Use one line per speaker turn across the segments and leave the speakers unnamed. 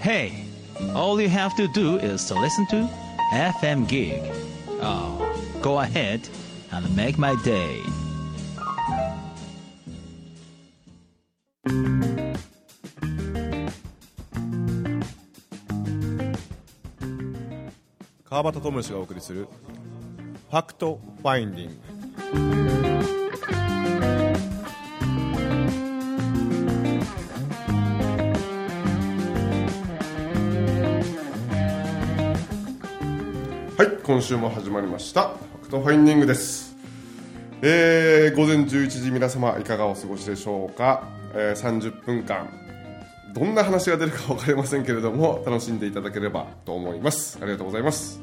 Hey, all you have to do is to listen to FM Gig. Oh, go ahead and make my day.
川端智之がお送りする「ファクトファインディング」はい今週も始まりました「ファクトファインディング」ですえー、午前11時皆様いかがお過ごしでしょうか、えー、30分間どんな話が出るか分 かりませんけれども楽しんでいただければと思いますありがとうございます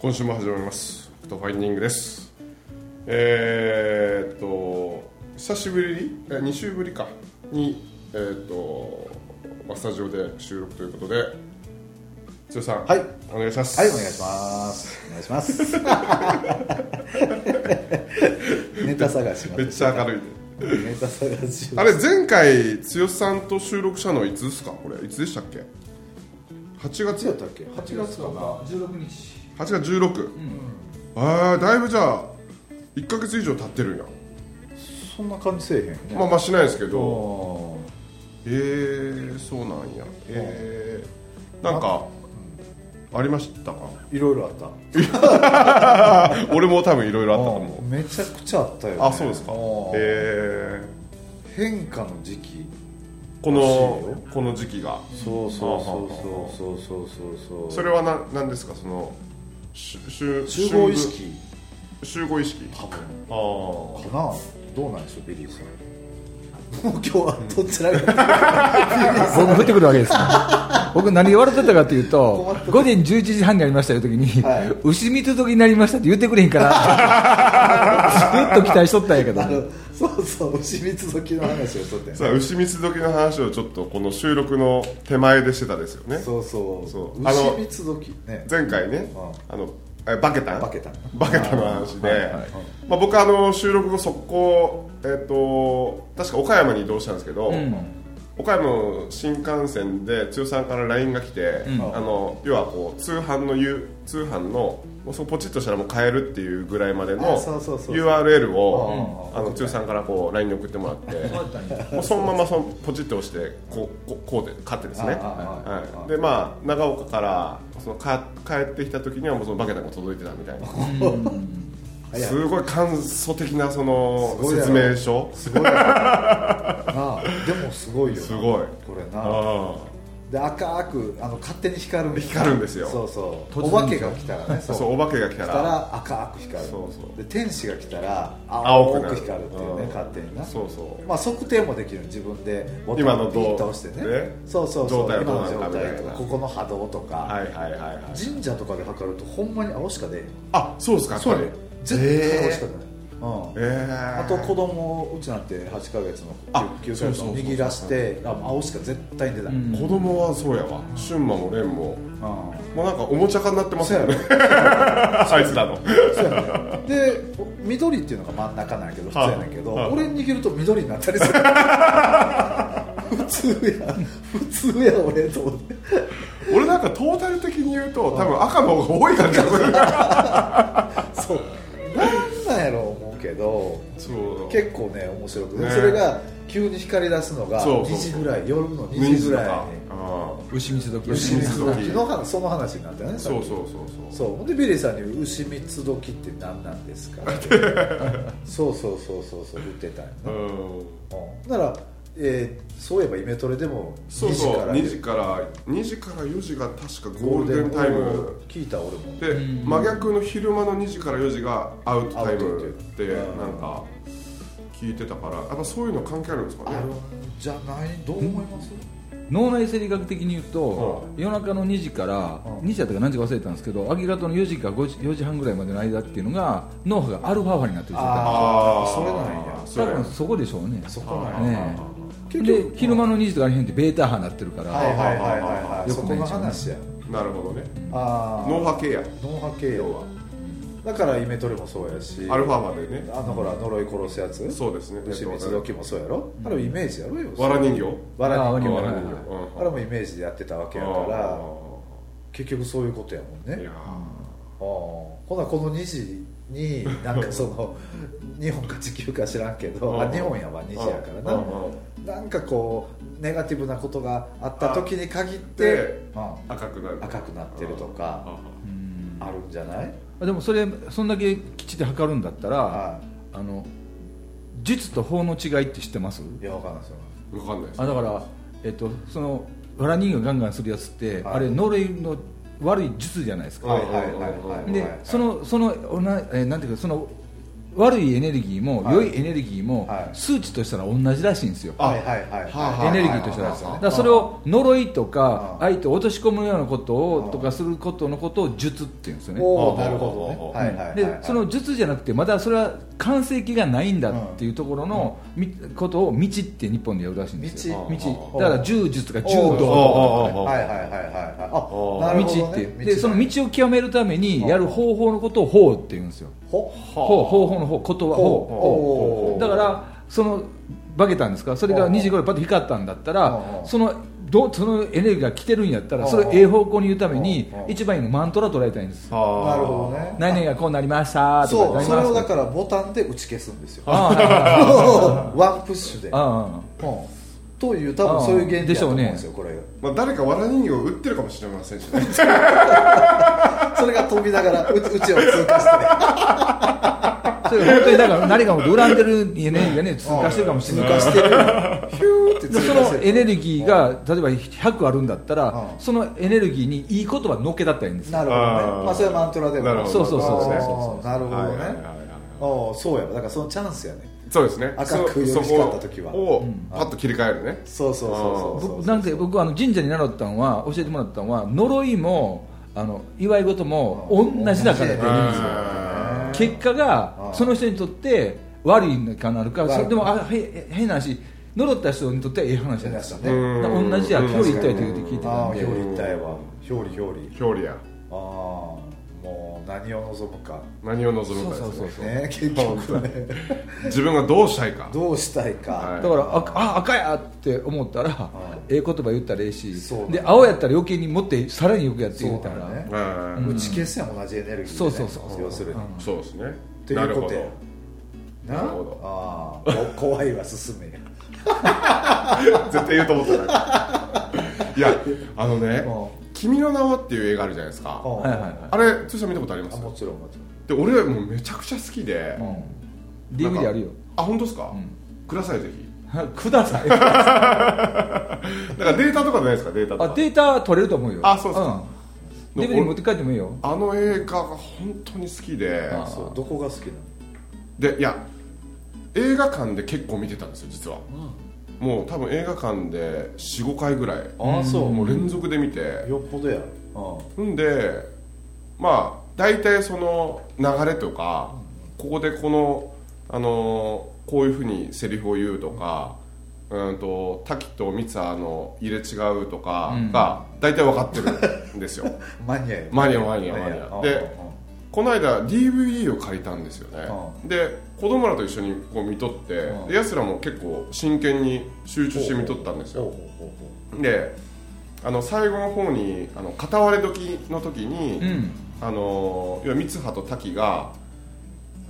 今週も始まります「ファクトファインディング」ですえー、っと久しぶりえ2週ぶりかにえー、っとまあスタジオで収録ということで剛さん
はい
お願いします
はい、お願いします。お願いし ます。ネタ探しま
めっちゃ明るいね
す。ネタ探し
あ
ま
れ前回剛さんと収録したのはいつですかこれいつでしたっけ8
す。やっ
月
たっけ？
8月かな16日
8月16、ああだいぶじゃあ1か月以上経ってるんや
そんな感じせえへんよね。
まあまあしないですけ
あ
ど
ー
えー、そうなんやえー、なんかありましたか
いろいろあった。
俺も多分いろいろあったと
あ
思
ーめちゃくちゃあったよ、ね。
うあそうですか
あ
え
ー
え
変化の時期。
ー、こ
らしい
のこの時期が
そうそうそうそうそうそうそう。
それはな何ですかそのししゅ
集合意識
集合意識
多分
ああ
かな。どうなんでしょう、ビリーさん。もう今日はどちらが
僕降ってくるわけですよ僕何言われてたかという
困
と
った
午前11時半になりましたという時に、
はい
牛見届きになりましたって言ってくれへんからずっと期待しとったんやけど
あのそうそう牛三つ時の話をしとって
さあ牛三つ時の話をちょっとこの収録の手前でしてたですよね
そうそう
そうあの
牛三つ時ね
前回ねあのえバケタン
バケタン
バケタンの話で、
はいはい
まあ、僕あの収録後速攻、えっと確か岡山に移動したんですけど、岡山の新幹線で剛さんから LINE が来て、
ん
あの要はこう通販の U 通販のもうそこポチッとしたらもう買えるっていうぐらいまでの
あそうそうそう
URL を
うん
あの剛さんからこう LINE に送ってもらってもうそのままそのポチッと押してこうこうこうで買ってですね、
ああああ
は
あ
い、でまあ長岡からそのか帰ってきた時にはもうそのバケタンが届いてたみたいな。
早い
すごい簡素的なその
すごいだ
説
ろ
明書
すごいなあでもすごいよな
すごい
これな
あ
で赤くあの勝手に光る
光るんですよ
そうそう
突然
お化けが来たらね
あ そうお化けが来たら
来たら赤く光
そ
る
うそう
で天使が来たら
青
青
く
く
なる
光るっていうね
うん
勝手にな
そうそう
まあ測定もできる自分でボタン
今のどう
ピッと押してね
ね
そうそうそ
状
う
態は
今
どうな
の
の
状
かみたいな
態とかここの波動とか、
はいはいはいはい
神社とかで測るとほんまに青しか出えへん
あそうですかやっぱり
絶対青しか出ない、うん
えー
あと子供をうちなんて8ヶ月の
あ
9ヶ月
そうそうそう
の握らしてあ青しか絶対に出ない、うん
子供はそうやわ春馬も蓮ももうなんかおもちゃ化になってます
そう
よ
やろ
ね あいつらの
そうやねでお緑っていうのが真ん中なんやけど普通やねんけど
はいはい
俺握ると緑になったりする普通や普通や俺と思って
俺なんかトータル的に言うと多分赤の方が多い感じがす る
そうなんなんやろう思うけど
そう
結構ね面白くて、
ね
それが急に光り出すのが
そう
2
そう
時ぐらい夜の2
人
時
数
ぐ
と
ら
か
いに
あ
牛見届き
牛三つ時
牛三つ時の話その話になったよね
ー
さっき
そうそうそうそう
そうほんでビリーさんに「牛三つ時って何なんですか?」 そうそうそうそうそう言ってたんやな、
うん
うんなら、えーそういえばイメトレでも
そう
2時
そう
から
2時から2時から4時が確かゴールデンタイム
聞いた俺も
で真逆の昼間の2時から4時がアウトタイムって
アウトっていう
なんか聞いてたからやっぱそういうの関係あるんですかね
あるんじゃないどう思います、
脳内生理学的に言うと、夜中の2時から、2時だったか何時か忘れたんですけど、明け方の4時か5時 ,4 時半ぐらいまでの間っていうのが、脳波がアルファ波になってる状態、
あー
それなんや
そ
多
れ
分そこでしょうね、
そこなんや
ねえで昼間の2時とかあの辺ってベータ波になってるから、
はいはいはいはいはい
よ
そ
く
こ
ない
の
でしょうね
話や
なるほどね
ああ
脳波系や
脳波系要はだからイメトレもそうやし
アルファまでね
あのほら呪い殺すやつ
そうですね
牛三つ時もそうやろあれもイメージやろよ
わら人形
わら
あー
人形
わら
人
人
形
形
うん
あれもイメージでやってたわけやから結局そういうことやもん
い
ね
や
ああほなこの2時になんかその日本か地球か知らんけど
う
あ
ん
日本やわ2時やから
う
なん
うん
なんかこうネガティブなことがあった時に限っ
あ
て
で
うん
赤くなる
赤くなってるとか
うん
あるんじゃない
あでもそれ、そんだけきっちり測るんだったら、
は
あの術と法の違いって知ってます
いいやわかんないですよ
分かんないです
あだから、えっと、そのわら人形ガンガンするやつって、
はい
あれ呪いの悪い術じゃないですか、
はいはいはいはい
で、
はい
そのそのおな、えーなんていうかその悪いエネルギーも、
はい
良いエネルギーも、
はい
数値としたら同じらしいんですよ、
はいはいはいは
は
い
あはあ
エネルギーとしたら
は
だ
あはあ
からそれを呪いとか
ああ
愛と落とし込むようなこと
あ
を
あ
とかすることのことを術っていうんですよね
おお
ああ
なるほ
あ
どね
あ
はいはいはい
でその術じゃなくてまたそれは完成形がないんだっていうところの、みことを道って日本で呼ぶらしいんですよ
道
道だから柔術とか柔道と
おうおうおうおう
か
おう
はいはいはいはいはいあなるほ
道
ど
っ
ね
て、でその道を極めるためにやる方法のことを法って言うんですよ
ほ
法方法の法ことは法
ほ
だからその化けたんですかそれが2時頃パッと光ったんだったら
うん
そのどうそのエネルギーが来てるんやった
う
ら
ん
それをええ方向に言うために
うん
一番いいのマントラ捉えたいんです
な
なるほどね
何々がこうなりましたと
そう
かなり
それ
ま
を
し
だ
た
からボタンで打ち消すんですよ
ああ
ワンプッシュで
あ
うんという多分そういう原理だと思うんですよこれ
まあ誰かわら人形を打ってるかもしれませんしね
それが飛びながらううちを通過して
あそれ本当にだから何かも恨んでるエネルギーがね通過してるかもしれ
通
ない
過してるヒューって
で
通
そ
過して
の
る
エネルギーが例えば100あるんだったら
うん
そのエネルギーにいい言葉乗っけたったらいいんですよ
なるほどね
あー
まあそれはマントラで
なる
も
ほ
どそうそうそうそう
あーなるほど
はいはいはい
ね
はい
おーそうやわだから そのチャンスやね
そうですね
赤く
そ
より光った時は
そこをパッと切り替えるね
そうそうそうそう
僕なんで僕あの神社に習ったんは教えてもらったんは呪いもあの祝い事も同じだからって言うんですよ
あ
結果が
うん
その人にとって悪いのかなるか
悪い
それでもあへ変な話呪った人にとってはええ話じゃないですか
ね
うん
だから同じや表裏一体というって聞いて
ああ
たん
表
で
裏一体は表裏表裏
ー表裏や
ああもう何を望むか
何を望むか
そ
で
う
す
そう
ね
そう
ね結局ね
自分がどうしたいか
どうしたいか、
はい
だからああ赤やって思ったらええ言葉言ったらええし
そうだね
で青やったら余計にもってさらによくやって言
そう
うた
だ
ら
ね、
うん
打ち消せも同じエネルギーで、ね、
そうそうそう
要するに、
そうですね
ということや
なるほど
ああこ 怖いは進めや
絶対言うと思ってたいやあのね
う
「君の名は」っていう映画あるじゃないですか
ん
はいはいはい
あれ通常見たことありま
あ
す
もちろんもち
で俺はもうめちゃくちゃ好きで、
うん DVD あるよ
あ本当ですか、くださいぜひ
ください
だからデータとかじゃないですかデータとか
あデータ取れると思うよ
あそうっすか
うん、DVD 持って帰ってもいいよ
あの映画が本当に好きで
あ
ろんそうどこが好きなの
でいや映画館で結構見てたんですよ実は、もう多分映画館で45回ぐらい
ああそう
もう連続で見て
よっぽどやうん
んでまあ大体その流れとかここでこの、あのーこういうふうにセリフを言うとかうんと滝と三葉の入れ違うとかが大体分かってるんですよ
マニアや
マニアマニアマニア
うん
でこの間 DVD を借りたんですよねで子供らと一緒にこう見とって
うん
やつらも結構真剣に集中して見とったんです
うん
よ
ほうほうほうほう
であの最後の方にあの片割れ時の時に、
うん
あの要は三葉と滝が、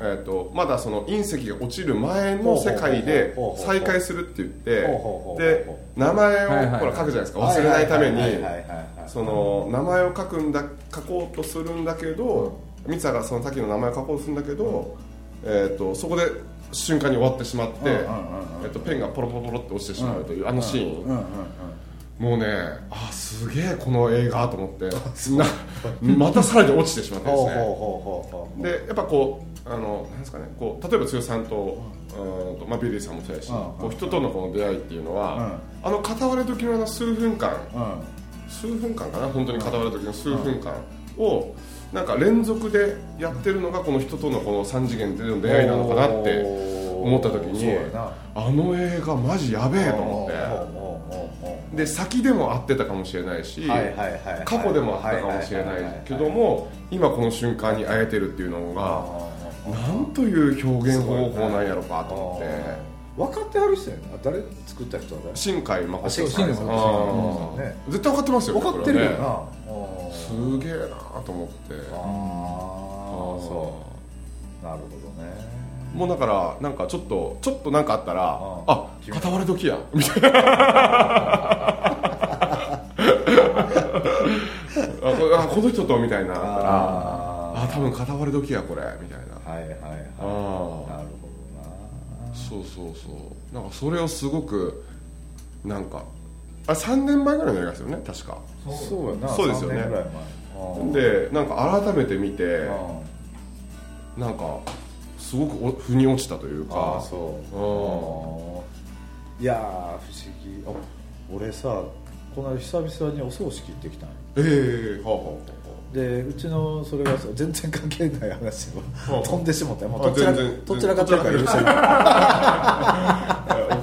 えー、とまだその隕石が落ちる前の世界で
ほうほうほうほうほう
再会するって言って
ほうほうほう
で
ほう
名前
はいはい
を
はい
ほら書くじゃないですか忘れないため
はいはいはい
に
はいはい
その名前を書くんだ書こうとするんだけど三葉がその滝の名前を書こうとするんだけど、えー、とそこで瞬間に終わってしまって、
うんうんうんうん
えー、とペンがポロポロポロって落ちてしまうというあのシーン。
うんうんうん
もうねあすげえこの映画と思ってなまたさらに落ちてしまってです
ほうほう
ね
ほうほうほう
でやっぱこうあのなんですかねこう例えば剛さんと,、うんとまあ、ビリーさんもそうやし、
うん
こう人とのこの出会いっていうのは、あの片割れ時のあの数分間
うん
数分間かな本当に片割れ時の数分間をなんか連続でやってるのがこの人とのこの3次元での出会いなのかなって思った時
そう
に
やな
あの映画マジやべえと思って
っ
で先でも会ってたかもしれないし、過去でもあったかもしれないけども今この瞬間に会えてるっていうのがなんという表現方法なんやろかと思って
分かってはる人やな誰作った人は誰
新海誠さん
あ新海誠さ
あ
ん
ー
ね
絶対分かってますよ
分かってるよな
これはね
あー
すげえなと思って
あーそうなるほどね
もうだからなんかちょっとちょっとなんかあったら
ん
あ片割れ 時やみたいなあこあこの人とみたいなあったら
あ
あ多分片割れ時やこれみたいな
あはいはいはい
あー
なるほ
そうそうそうなんかそれをすごくなんかあ3年前ぐらいの映画ですよね確か
どなそうやな
そうですよね
3年ぐらい
でなんか改めて見て
前うん
なんかすごくお腑に落ちたという
ああ
か
そう
あ
いやー不思議あ俺さこの間久々にお葬式行ってきたんよ
ええはあは
でうちのそれがさ全然関係ない話
あ
を飛んでしもってもうどちら
あ全然
どちらかってるから許 せる
あはあオッケーオッ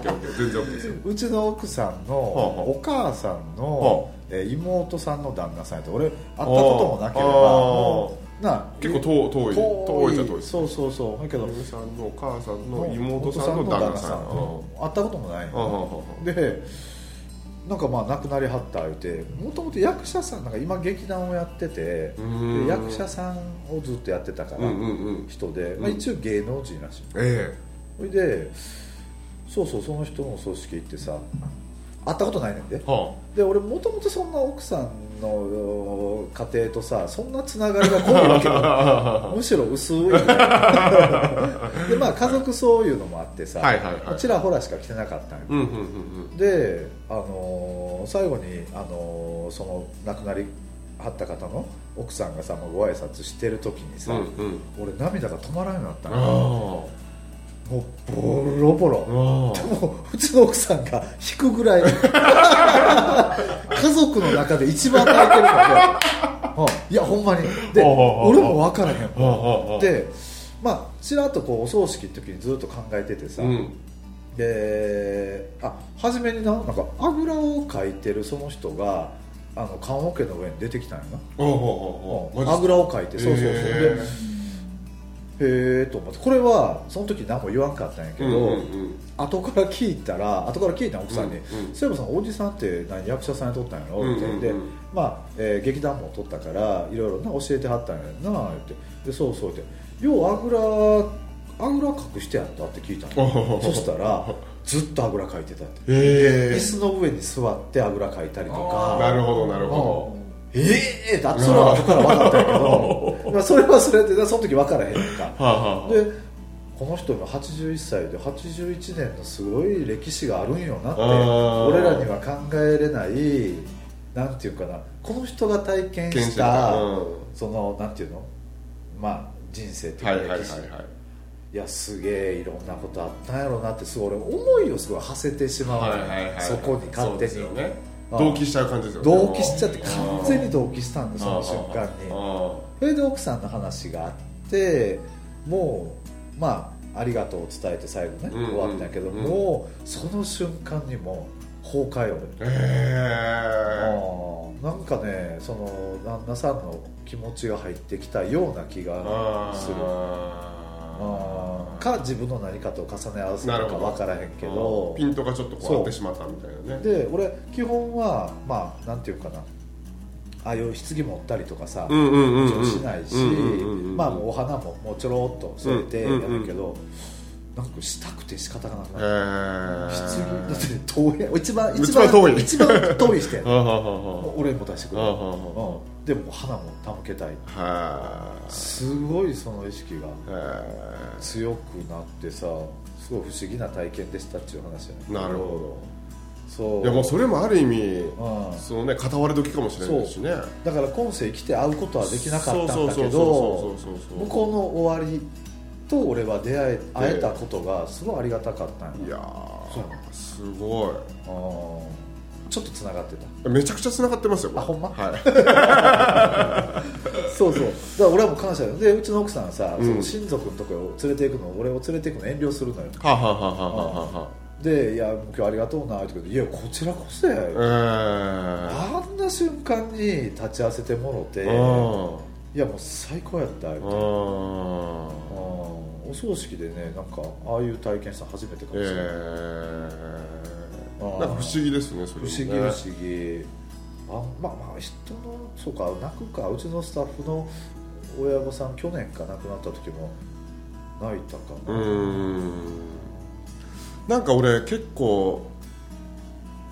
ケー全然オッケーですよ
うちの奥さん
あ
の
はあ
お母さんの
は
えー妹さんの旦那さんやと俺会ったこともなければ
あー
もうなあ
結構遠遠い遠いっちゃ遠いです
そうそうそうだけど
おさんのお母さんの妹さんの旦那さん
妹うん会ったこともないよ
ああはあはあ
でなんかまあ亡くなりはった言うてもともと役者さんなんか今劇団をやってて
うーん
で役者さんをずっとやってたか
う
ら
んうんうん
人で、まあ、一応芸能人らしい
え
それでそうそうその人のお葬式行ってさ会ったことないねんで
えは
で俺もともとそんな奥さんのお家庭とさそんなつながりが濃いわけ よむしろ薄いでまあ家族そういうのもあってさ、
はいはいはい
ちらほらしか来てなかったんよ
あうんうんうんうん
で、あのー最後に、あのーその亡くなりはった方の奥さんがさもうご挨拶してる時にさ、
うんうん
俺涙が止まらなくなったの
あ
もうボロボロ、
あああ
でもうちの奥さんが引くぐらい 家族の中で一番泣いてるから、うんいやほんまにで
おうおうおう
俺も分からへん
ああああ
でまあちらっとこうお葬式の時にずっと考えててさ、
うん
であ初めにななんかあぐらをかいてるその人があの棺桶の上に出てきたんや
ああ
な
あああ
あぐらをかいてそうそうそう
へ
で
ー
へえと思ってこれはその時何も言わんかったんやけど、
うんうんうん
後から聞いたら後から聞いた奥さんに、
うんうん
そういえばそのおじさんって何役者さんやっとったんやろみたいなで、
うんうんうん
まあえー劇団もとったからいろいろな教えてはったんやなあ言ってでそうそうってようあぐらあぐらかくしてやったって聞いたのそしたらずっとあぐらかいてたって
え
椅子の上に座ってあぐらかいたりと
えな
か
るほどなるほ
ええー、ってあそれは後から分かったんやけどまあそれはそれでその時分からへんやん か
どはあはあはあ
でこの人今81歳で81年のすごい歴史があるんよなって
あー
俺らには考えれないなんていうかなこの人が体験
検
し
査
た、
うん
そのなんていうのまあ人生と
はいいはい
うか
はい
歴史、い
はい
やすげえいろんなことあったんやろうなってすごい俺思いをすごい馳せてしまうのよ、そこに勝手に、
そうですよね
うん
同期しちゃう感じですよね
同期しちゃって完全に同期したんですその瞬間に。
あ
それで奥さんの話があってもうまあありがとうを伝えて最後ね
うんうん
終わったんやけど、
うん
もうその瞬間にもう崩壊を、
あへ
あーなんかねその旦那さんの気持ちが入ってきたような気
え
がするあーか自分の何かと重ね合わせ
な
る
る
のか
ほど
分からへんけど
ピントがちょっとこう合ってしまったみたいなね
で俺基本はまあなんていうかなああいう棺持ったりとかさ、
うんうんうんうん
しないし、
うんうんうんうん
まあ、お花ももうちょろっと添えてや
うんうんうん
るけど、なんかしたくて仕方がなく
へ
なる
え
棺だって遠い一番
一番遠い
一番遠いして
はあはあは
もう俺にも出してくれ
あ
る、
はあ
うん
は
でも花も手向けたい
あはあ
すごいその意識が
へ
強くなってさすごい不思議な体験でしたっていう話やね
えなるほ
そう
いやもうそれもある意味
うん
そのね片割れ時かもしれないですしね
だから今世来て会うことはできなかったんだけ
そう
ど
そうそうそうそうそう
向こうの終わりと俺は出会え会えたことがすごいありがたかったん
い
や
やーすご
あーちょっとつながってた
いめちゃくちゃ繋がってますよこれ
あほんま
はい
そうそうだから俺はもう感謝だよでうちの奥さんさ、
うん
その親族のとこを連れていくの俺を連れていくの遠慮するのよ
はあはあはあはあはあは
で「いや今日ありがとうな」って言うけど「いやこちらこそやよ」
あ
あんな瞬間に立ち会わせてもろて
ええうん
いやもう最高やった言うて
うん
あーお葬式でねなんかああいう体験したの初めてかもし
え
れない、
え
あー
なんか不思議ですねそれもね
不思議不思議あまあまあ人のそうか泣くかうちのスタッフの親御さん去年か亡くなった時も泣いたか
う
な、
ーんなんか俺結構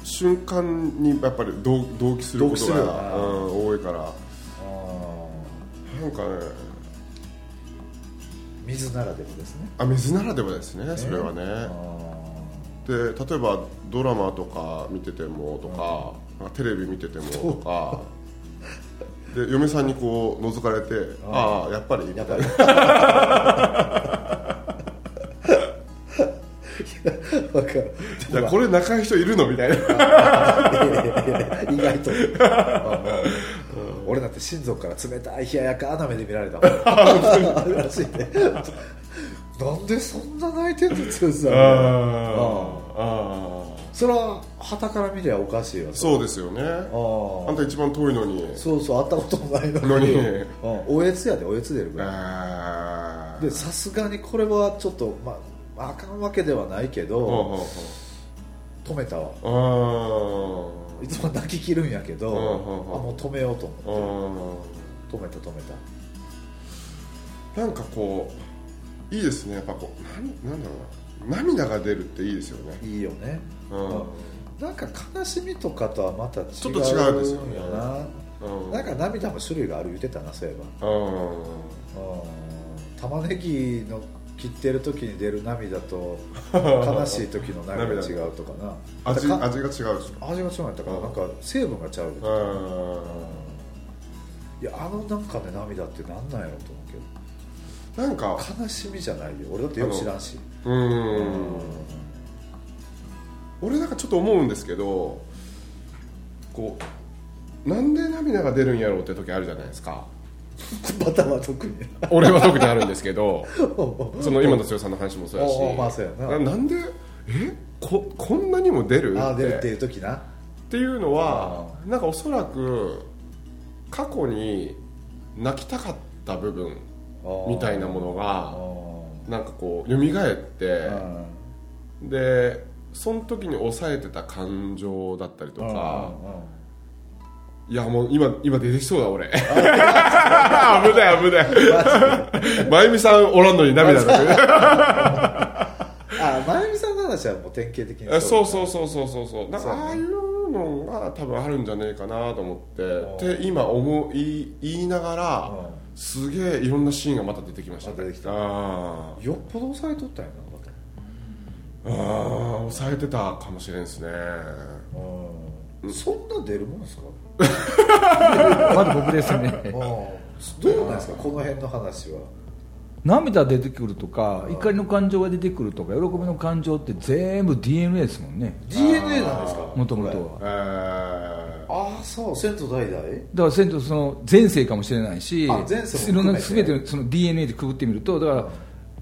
瞬間にやっぱり同同期すること
同期するよ
が、
な
うん、多いから
あ
なんかね
ー水ならでもですね
あ水ならではですねそれはね、
あ
で例えばドラマとか見ててもとか,、テレビ見ててもとかで嫁さんにこう覗かれてああやっぱりみ
ーや
た
っ
い
ぱ
な
りわかる
いやこれ仲いい人いるのみ たいな
意外とうん俺だって親族から冷たい冷ややかな目で見ら れたもんあるらしいねなんでそんな泣いてんの剛さん
あ
うん
ーあー
それは旗から見りゃおかしいわ
そうですよね
あー
あんた一番遠いのに
そうそう会ったこともないの
の
に
に
うんおえつやでおえつ出るからい
あー
でさすがにこれはちょっとまああかんわけではないけ
う
ど
んうんうん
止めたわ
あー
いつも泣ききるんやけど
うんうんう
あ
ん
もう止めようと思っ
う
て
ん
止めた止めた
なんかこういいですねやっぱこうなんなんだろうな涙が出るっていいですよね
いいよね、
うん
なんか悲しみとかとはまた違う
ちょっと違うですよね
んやな、
うん
なんか涙も種類がある言ってたなそういえ
うん
ば、うん、玉ねぎの切ってる時に出る涙と悲しい時の涙が違うとか な
味
だから
味が違うでしょ
味が違うんやったからなんか成分がちゃうと
う
か、
ん
いやあのなんかね涙ってなんなんやろと思うけ
なんか
ど悲しみじゃないよ俺だってよく知らんし
うん俺なんかちょっと思うんですけどこうなんで涙が出るんやろうって時あるじゃないですか
バタは特に
俺は特にあるんですけ ど
う
その今の剛さんの話もそうやし
おうおうまあそうやな
なんでえここんなにも出る
んああ
っ
出るってて
っ
いう時な
ていうのはなんかおそらく過去に泣きたかった部分みたいなもの
あ
が
ー
なんかこう蘇って
うん
でその時に抑えてた感情だったりとか
うんうんうん
いやもう今今出てきそうだ俺危ない 危ない 真由美さんおらんのに涙が出る
あ真由美さんの話はもう典型的に
あそう
う
そうそうそうそうそうなんか
そうね
ああいうのが多分あるんじゃねえかなと思ってって今思い言いながら
うん
すげえいろんなシーンがまた出てきましたね
あ出てきた
あー
よっぽど抑えとったんやなまた
あー抑えてたかもしれんですね
うんそんな出るもんですか
まだ僕です
あ
ね
ーどうなんですかこの辺の話は
涙出てくるとか怒りの感情が出てくるとか喜びの感情って全部 DNA ですもんね
DNA なんですか
もともと
こ
は
えー
れああそう先祖代々
だから先祖その前世かもしれないし
あ前世
い
も
ろん
含め
な
て
全てその DNA でくぐってみるとだから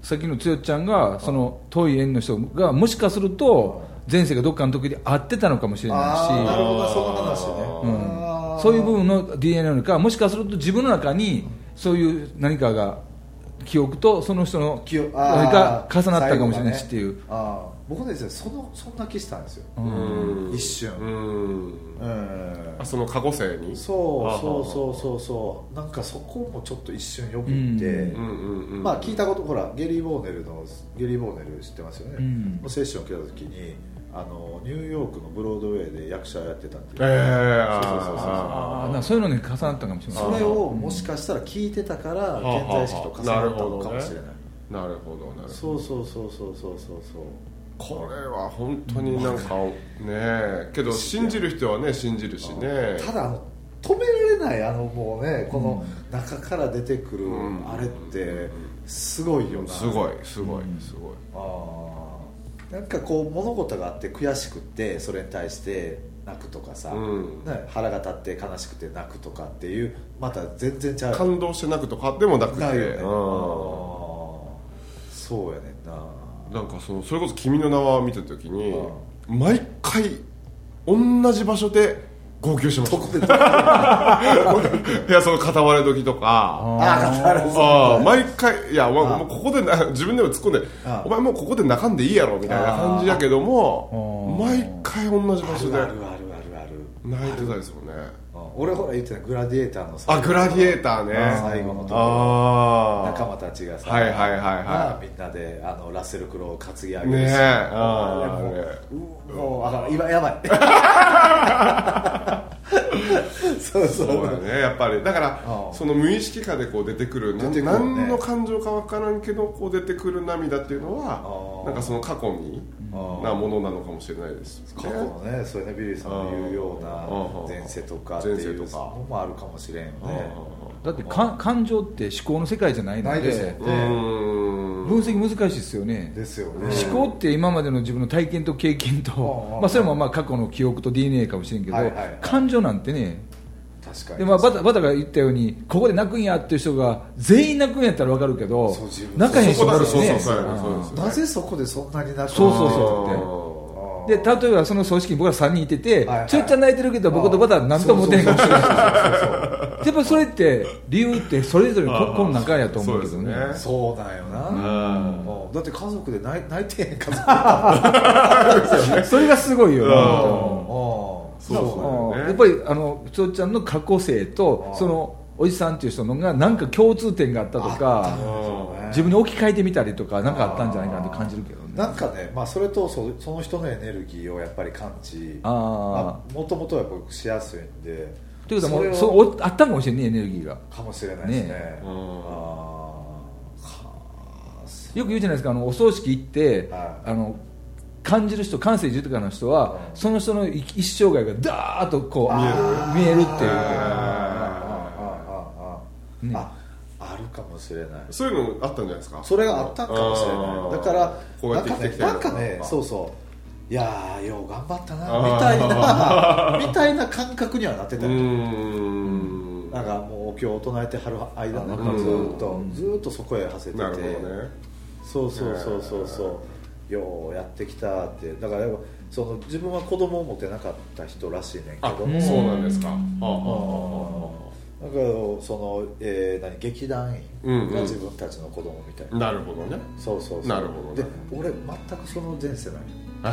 さっきの剛ちゃんがその遠い縁の人がもしかすると前世がどっかの時で会ってたのかもしれ
ああなる
な
ほどその話ね
い
あー
しそういう部分の DNA なのかもしかすると自分の中にそういう何かが記憶とその人の
記憶あー
何か重なったかもしれないしっ
最
て
後がね
いう
あー僕ですねそのそんな気したんですよ一
う
瞬
ん
うん
あその過去世に
そうそう
う
そうそうそうなんかそこもちょっと一瞬よぎって、
うん
うんうんうん
まあ聞いたことほらゲリー・ボーネルのゲリー・ボーネル知ってますよね、
うん
のセッションを受けた時にあのニューヨークのブロードウェイで役者やってたっていう、
ええ
そうそうそうそう
あーだからそういうのに重なったかもしれない
それをもしかしたら聞いてたから現在意識と重なったのかもし
なるほど
れない
なるほど
そうそうそうそうそうそうそう
これは本当になんかねえけど信じる人はね信じるしね
ただあの止められないあのもうねこの中から出てくるあれってすごいよな
すごいすごいすごい
あーなんかこう物事があって悔しくってそれに対して泣くとかさ、
うん
ね腹が立って悲しくて泣くとかっていうまた全然ちゃう
感動して泣くとかでもなくて
ないよね、あ
うん
ーそうやねんな
なんかそのそれこそ「君の名は」見た時に毎回同じ場所で号泣してまし
特別あ
た いやその片割れ時とか
あ必ず
ああ毎回いや
あ
わもうここでな自分でも突っ込んで
あ
お前もうここで泣かんでいいやろみたいな感じやけども
ああ
毎回同じ場
あ
所
るある
で
あるあるある
泣いてたですもんね
うん俺ほら言ってたグラディエーターのさ
あグラディエーターね
最後のところ
ああ
仲間たちがさ、
はいはいはいはい
まあみんなであのラッセル・クロウを担ぎ上げる
ねえ
し
あ
も
ー
う
ね
うもうあかん今やば いそうそう
そうだねやっぱりだから
ああ
その無意識下でこう出てくるな
出てくるね
何の感情か分からんけどこう出てくる涙っていうの
あ
は
あ
なんかその過去に
ああ
なものなのかもしれないですね
過去のねそれねビリーさんの言うよう
あ
な
ー
前世とかっていう
前世とか
のもあるかもしれんよ
あ
ね
だってか感情って思考の世界じゃないの
ない
で
ですよね
あうーん
分析難しいですよね
ですよね
思考って今までの自分の体験と経験
うんうん
と、まあ、それもまあ過去の記憶と DNA かもしれんけど
はいはいはい
感情なんてね
確かに
でまあ、バタバタが言ったようにここで泣くんやっていう人が全員泣くんやったら分かるけど
そう自分
泣かへん
そ
人
こ
も
だ
あ
そ
る
うそ
し
うそう
ね
そうそう
なぜそこでそんなになった
そうそうそう
う
で例えばその葬式に僕は3人いてて、
はいはい
ちょいちゃん泣いてるけど僕とバタ何とも思ってへんかもしれないやっぱそれって理由ってそれぞれここの中やと思うけどね
そうですね
そうなんよな、
うん
うんだって家族で泣い泣いてへん家族
それがすごいよ
う
ね、
ん
そう
そうそう
うん
ね
やっぱりあのちょちゃんの過去性
あ
と
ー
そのおじさんっていう人のがなんか共通点があったとか自分に置き換えてみたりとかなんかあったんじゃないかなと感じるけどね
なんかね、まあ、それとそその人のエネルギーをやっぱり感知
あー
もともとはやっぱしやすいんで
ということはもう
れを
そうおあったかもしれないエネルギーが
かもしれないですね
ね
あ
うん
よく言うじゃないですかあのお葬式行って、
はい
あの感じる人感性豊かな人は、
うん
その人の一一生涯がダーッとこう見えるっていう
ああああああああ、
ね
あるかもしれない
そういうのあったんじゃないですか
それがあったんかもしれ
う
なんいだから
こうやって生きてきた
なんかねなんかね
あ
そうそういやーよう頑張った
あ
なみたい なみたいな感覚にはなって
う
たよ
ーん
なんかもうお経を唱えてはる間なんか
うん
ずーっとずーっとそこへはせてて
なるほどね
そうそうそうそうそうようやってきたってだからやっぱその自分は子供を持てなかった人らしいねんけ
あ
ど
そうなんですかはあはあ
だからその、えー何劇団
うん
員
うん
が自分たちの子供みたいな、
はあなるほどね
そうそうそう
なるほどね
で俺全くその前世なん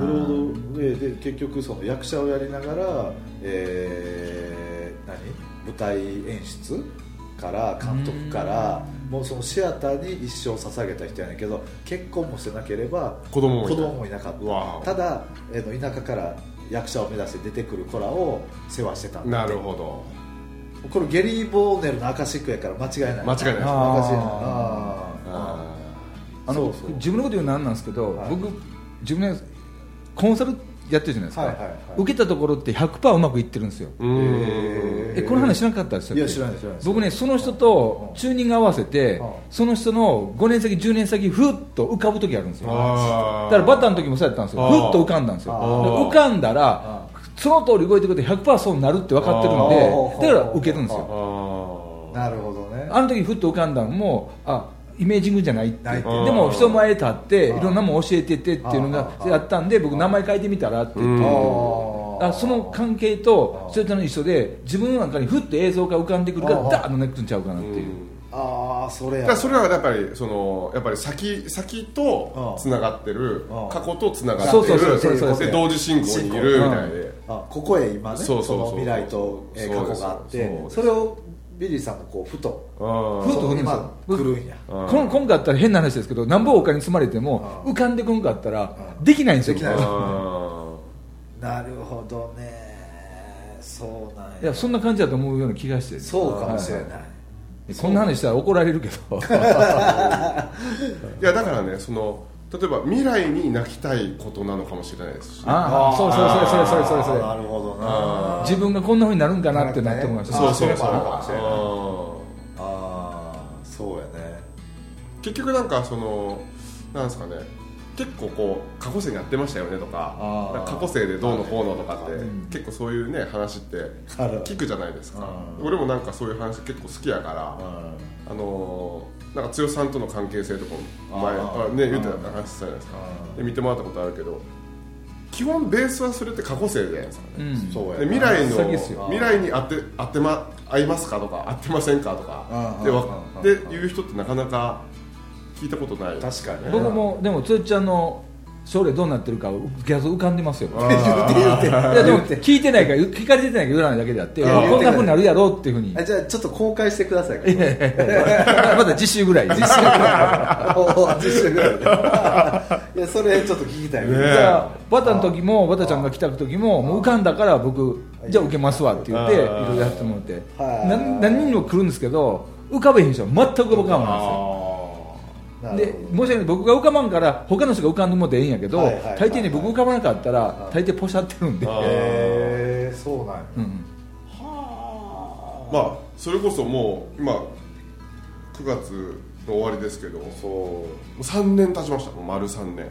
へー
ブロードウェイで結局その役者をやりながら、えー何舞台演出から監督からもうそのシアターに一生捧げた人やねんけど結婚もしてなければ
子供もい
子
た
供もいなか
わ
っ
あ
たただ、えーの田舎から役者を目指して出てくる子らを世話してたんだ
な
って
るほど
これゲリー・ボーネルのアカシックやから間違い
間違い
ない
ないです
あーアカシックやなあ
あ
あの
そうそう
自分のこと言うのなんなんですけど、
はい
僕自分でコンサルやってるじゃないですか、
はいはいはい
受けたところって100%うまくいってるんですよ、
ーうーん
へー
えこの話知らなかったですよ
いや知らない知らない
僕ねその人とチューニング合わせて
うん
その人の5年先10年先ふっと浮かぶ時あるんですよ
あ
だ
ー
からバッターの時もそうやったんですよ
あ
ふ
ー
っと浮かんだんですよ
あ
ー
浮かんだらその通り動いてくれて100%そうなるって分かってるんで
あー
だから受けるんです
あ
よ
ー
なるほどね
あの時ふっと浮かんだんもあイメージングじゃないって
ない
で
って
も人前立ってい
あー
ろんなもん教えててっていうの
あー
がやったんで僕名前変えてみたらって言ってあその関係とそれとの一緒で自分の中にふっと映像が浮かんでくるから
ああ
ダーッとネクトちゃうかなっていう
ああそ
だ
れや
からそれはやっぱりそのやっぱり先先とつながってる
うん
過去とつなが
そ
っ
う
て
そう
る
そうそうそうそう
で同時進行にいるみたいで
あここへ今ね
そうそうそう
の未来とえー
そうで
過
す
去があっ
そう
て
です
それをビリーさんもこうふと
うん
ふっと
そこに
来るんです
ま
よ
あ来るんや
うん
この今回あったら変な話ですけどなんぼお金積まれても
あ
浮かんでこんかったら
あ
できないんですよ
できない
うん
なるほどねそうなんや
いやそんな感じだと思うような気がして
そうかもしれ
は
ない
いこんな話したら怒られるけど
いやだからねその例えば未来に泣きたいことなのかもしれないですし、ね、
ああそうそうそうそうそうそうそれ
なるほどな
自分がこんなふうになるんかなってなって思いました
そうそう
あそれ
そ
もあるかもしれないう
うん
ああそうやね
結局なんかそのなんですかね結構こう過去生にやってましたよねとか
あー
なんか過去生でどうのこうのとかって
う
結構そういうね話って
ある
聞くじゃないですか
うん
俺もなんかそういう話結構好きやから
う
あ
ん
のーなんか剛さんとの関係性とかも前
あー
あね言ってた話したじゃないですかで見てもらったことあるけど基本ベースはそれって過去生じゃないですかね
うん
そうや
で未来
先ですよ
の未来に当て当てま合いますかとか合ってませんかとか
うん
で
うん
わ
うん
で
うん
言う人ってなかなか聞いたことない
確かにね
僕もでもつーちゃんの将来どうなってるか逆浮かんでますよ
あ
言うて言うて
いやで
言
も
うて
聞いてないから聞かれてないから占いだけであって
あー
こんなふうになるやろうっていうふうに
あじゃあちょっと公開してください今度
まだ次週ぐらい
実習ぐ らいおー実習ぐらいでいやそれちょっと聞きたい
ね
ね
じゃあバタの時もバタちゃんが来た時ももう浮かんだから僕じゃあ受けますわって言ってい
あ
ろ
ー
いろやってもらって
はい
何何人も来るんですけど浮かべへん人は全く浮かばんないんですよ
なる
で申し訳ない僕が浮かばんから他の人が浮かんでもでええんやけど、
はいはいはいはい
大抵ね僕浮かばなかったら大抵ポシャってるんで、
あ
ほ
ー
どへえそうなんや
うん
まあそれこそもう今9月の終わりですけども
そう
う3年経ちましたもう丸3年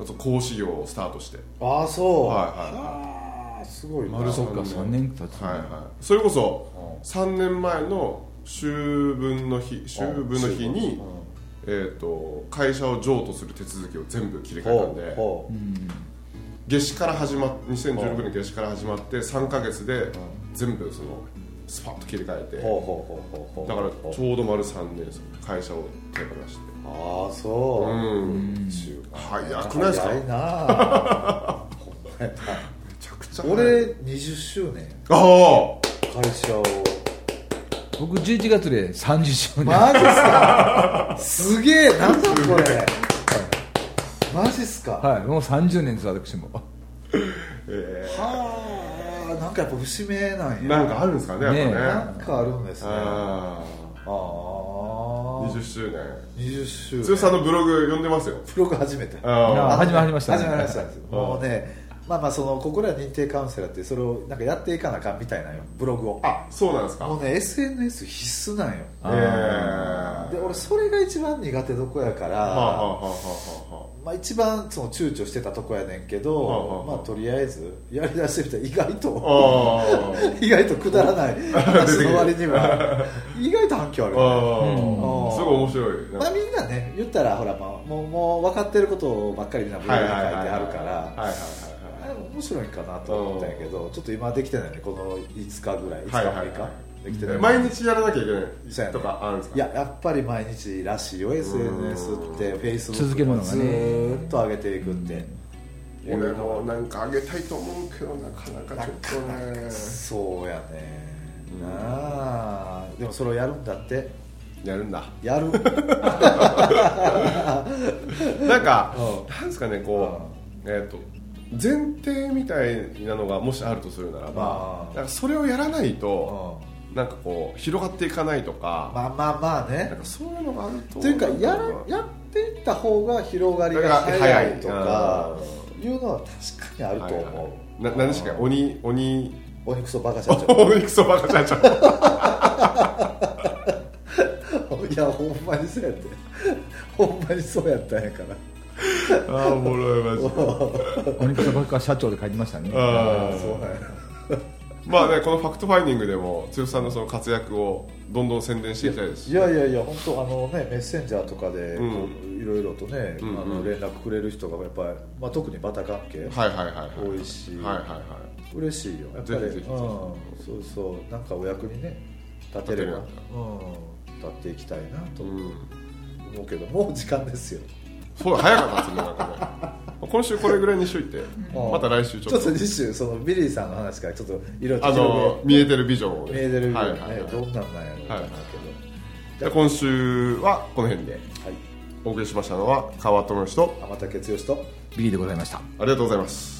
あと講師業をスタートして
ああそう
はいはい
あーすごいな
丸
そっか
3
3年経つ、
はいはいそれこそ3年前の秋分の日秋分の日に、えー、と会社を譲渡する手続きを全部切り替えたんで
ほう
夏至から始まっ2016年の夏至から始まって3か月で全部そのスパッと切り替えて
ほうほうほうほうほう
だからちょうど丸3年ですよ会社を手放して
ああそうう、
ん
中華
早くないですか
早い
め
なあほんまやな
ちゃく ちゃ
俺
早い
20周年
ああ
会社を
僕11月で30周年、
マジっすかすげえなんだこれマジっすか
はい、もう30年です私も
え
はあなんかやっぱ節目なん
ー
や
なんかあるんですかねやっぱね
ねえ
なんかあるんですねあ
あ
あー
20周年
20周
剛さん
の
のブログ読んでますよ
ブログ初めて
あ
あ始まりましたね
始まりましたもうねまあまあそのここらは認定カウンセラーってそれをなんかやっていかなあかんみたいなんよブログを
あそうなんですか
もうね SNS 必須なんよ
ええー
で俺それが一番苦手どこやから、
はあはあはあは
まあ、一番その躊躇してたとこやねんけど、
はあはあ
まあとりあえずやりだしてみたら意外
あ
と
はああー
意外とくだらない話の割には意外と反響あるよね
あー
うん
すごい面白い
まあ、みんなね言ったらほら、まあ、もうもう分かってることばっかりみんなブログに書いてある
はい
から
はいはい
あれも面白いかなと思ったんやけどちょっと今できてないねこの5日ぐらい5日
はいはい
6日、
は
できて
は
ないい
毎日やらなきゃいけ
そう
な
や
い
ね
とかあるんですか
いややっぱり毎日らしいよ SNS ってフェイスブ
続
ッ
け
ク
るの
も
がね
ずーっと上げていくって
俺もなんかあげたいと思うけどなかなかちょっとね
そうやねなあでもそれをやるんだって
やるんだ
やる
なんか
う
なんですかねこうえっと前提みたいなのがもしあるとするならば
あー
なんかそれをやらないと
うん
なんかこう広がっていかないとか
まあまあまあ
な
ね
んかそういうのがあると
というかやら
や
やっていった方が広がりが早いとかいうのは確かにあると思う
な何でしたっけ鬼鬼
鬼クソバカ社長
鬼クソバカ社長
いやほんまにそうやって ほんまにそうやったんやから
ああおもろいマジで
鬼草爆破社長で書いてましたね
あー
そうなんや
まあねこのファクトファインディングでも剛さんのその活躍をどんどん宣伝していきたいです
い
し
やいやいや本当あのねメッセンジャーとかでこ
うん
ういろいろとね、
んうん
あの連絡くれる人がやっぱり、まあ、特にバタ関係、
はいはいはいはい
多いし
はいはいはい
嬉しいよやっぱ
ぜひ
り
ぜひぜひ
うん、そうそうなんかお役にね立てれば
立て
うん、立っていきたいなと
うん
思うけどもう時間ですよ
そう早かったですねなんかね 今週これぐらいにしといて
うん
また来週ち
ち
ょ
ょ
っ
っ
と
と次週そのビリーさんの話からちょっといろいろ
あの見えてるビジョンをね
メーデルビュー
はい
ね、
はいはい
どんなんなんやろうと思う
じゃあ今週はこの辺で
けど、はい、
お送りしましたのは川友義と
天竹剛と
ビリーでございました
ありがとうございます